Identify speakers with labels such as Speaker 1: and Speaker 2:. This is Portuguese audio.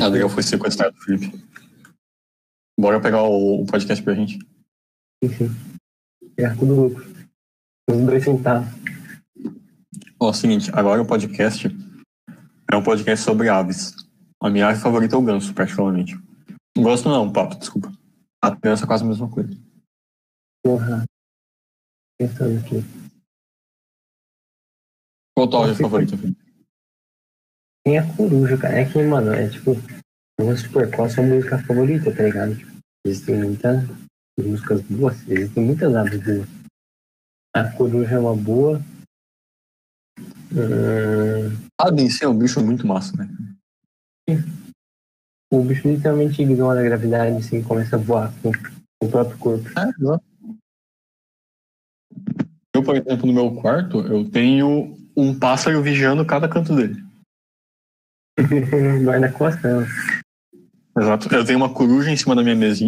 Speaker 1: Adriel foi sequestrado, Felipe. Bora pegar o, o podcast pra gente.
Speaker 2: Enfim. Pegar tudo louco. Os dois sentados.
Speaker 1: Ó, é o seguinte, agora o podcast é um podcast sobre aves. A minha ave favorita é o ganso, particularmente. Não gosto não, papo, desculpa. A criança é quase a mesma coisa.
Speaker 2: Porra. Pensando aqui.
Speaker 1: Qual tua ave
Speaker 2: Nossa,
Speaker 1: favorita, Felipe?
Speaker 2: Tem a coruja, cara. É que, mano, é tipo, uma super qual a sua música favorita, tá ligado? Tipo, existem muitas músicas boas, existem muitas aves boas. A coruja é uma boa. Hum,
Speaker 1: Ave em si é um bicho muito massa, né?
Speaker 2: o bicho literalmente ignora a gravidade assim, começa a voar com com o próprio corpo.
Speaker 1: É, exato. Eu, por exemplo, no meu quarto, eu tenho um pássaro vigiando cada canto dele.
Speaker 2: Guarda-costa, né?
Speaker 1: Exato. Eu tenho uma coruja em cima da minha mesinha.